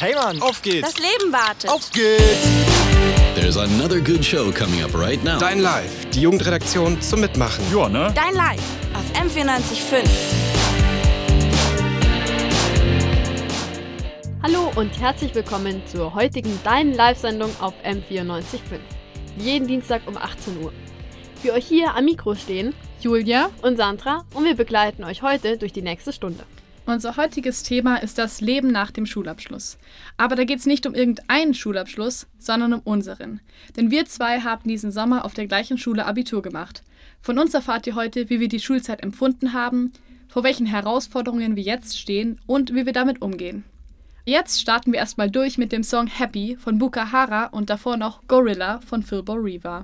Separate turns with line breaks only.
Hey Mann, auf geht's.
Das Leben wartet.
Auf geht's.
There's another good show coming up right now.
Dein Live, die Jugendredaktion zum Mitmachen.
Ja, ne?
Dein Live auf M945.
Hallo und herzlich willkommen zur heutigen Deinen Live-Sendung auf M94.5. Wie jeden Dienstag um 18 Uhr. Für euch hier am Mikro stehen
Julia,
und Sandra und wir begleiten euch heute durch die nächste Stunde.
unser heutiges Thema ist das Leben nach dem Schulabschluss. Aber da geht es nicht um irgendeinen Schulabschluss, sondern um unseren. Denn wir zwei haben diesen Sommer auf der gleichen Schule Abitur gemacht. Von uns erfahrt ihr heute, wie wir die Schulzeit empfunden haben, vor welchen Herausforderungen wir jetzt stehen und wie wir damit umgehen. Jetzt starten wir erstmal durch mit dem Song Happy von Bukahara und davor noch Gorilla von Philbo Reva.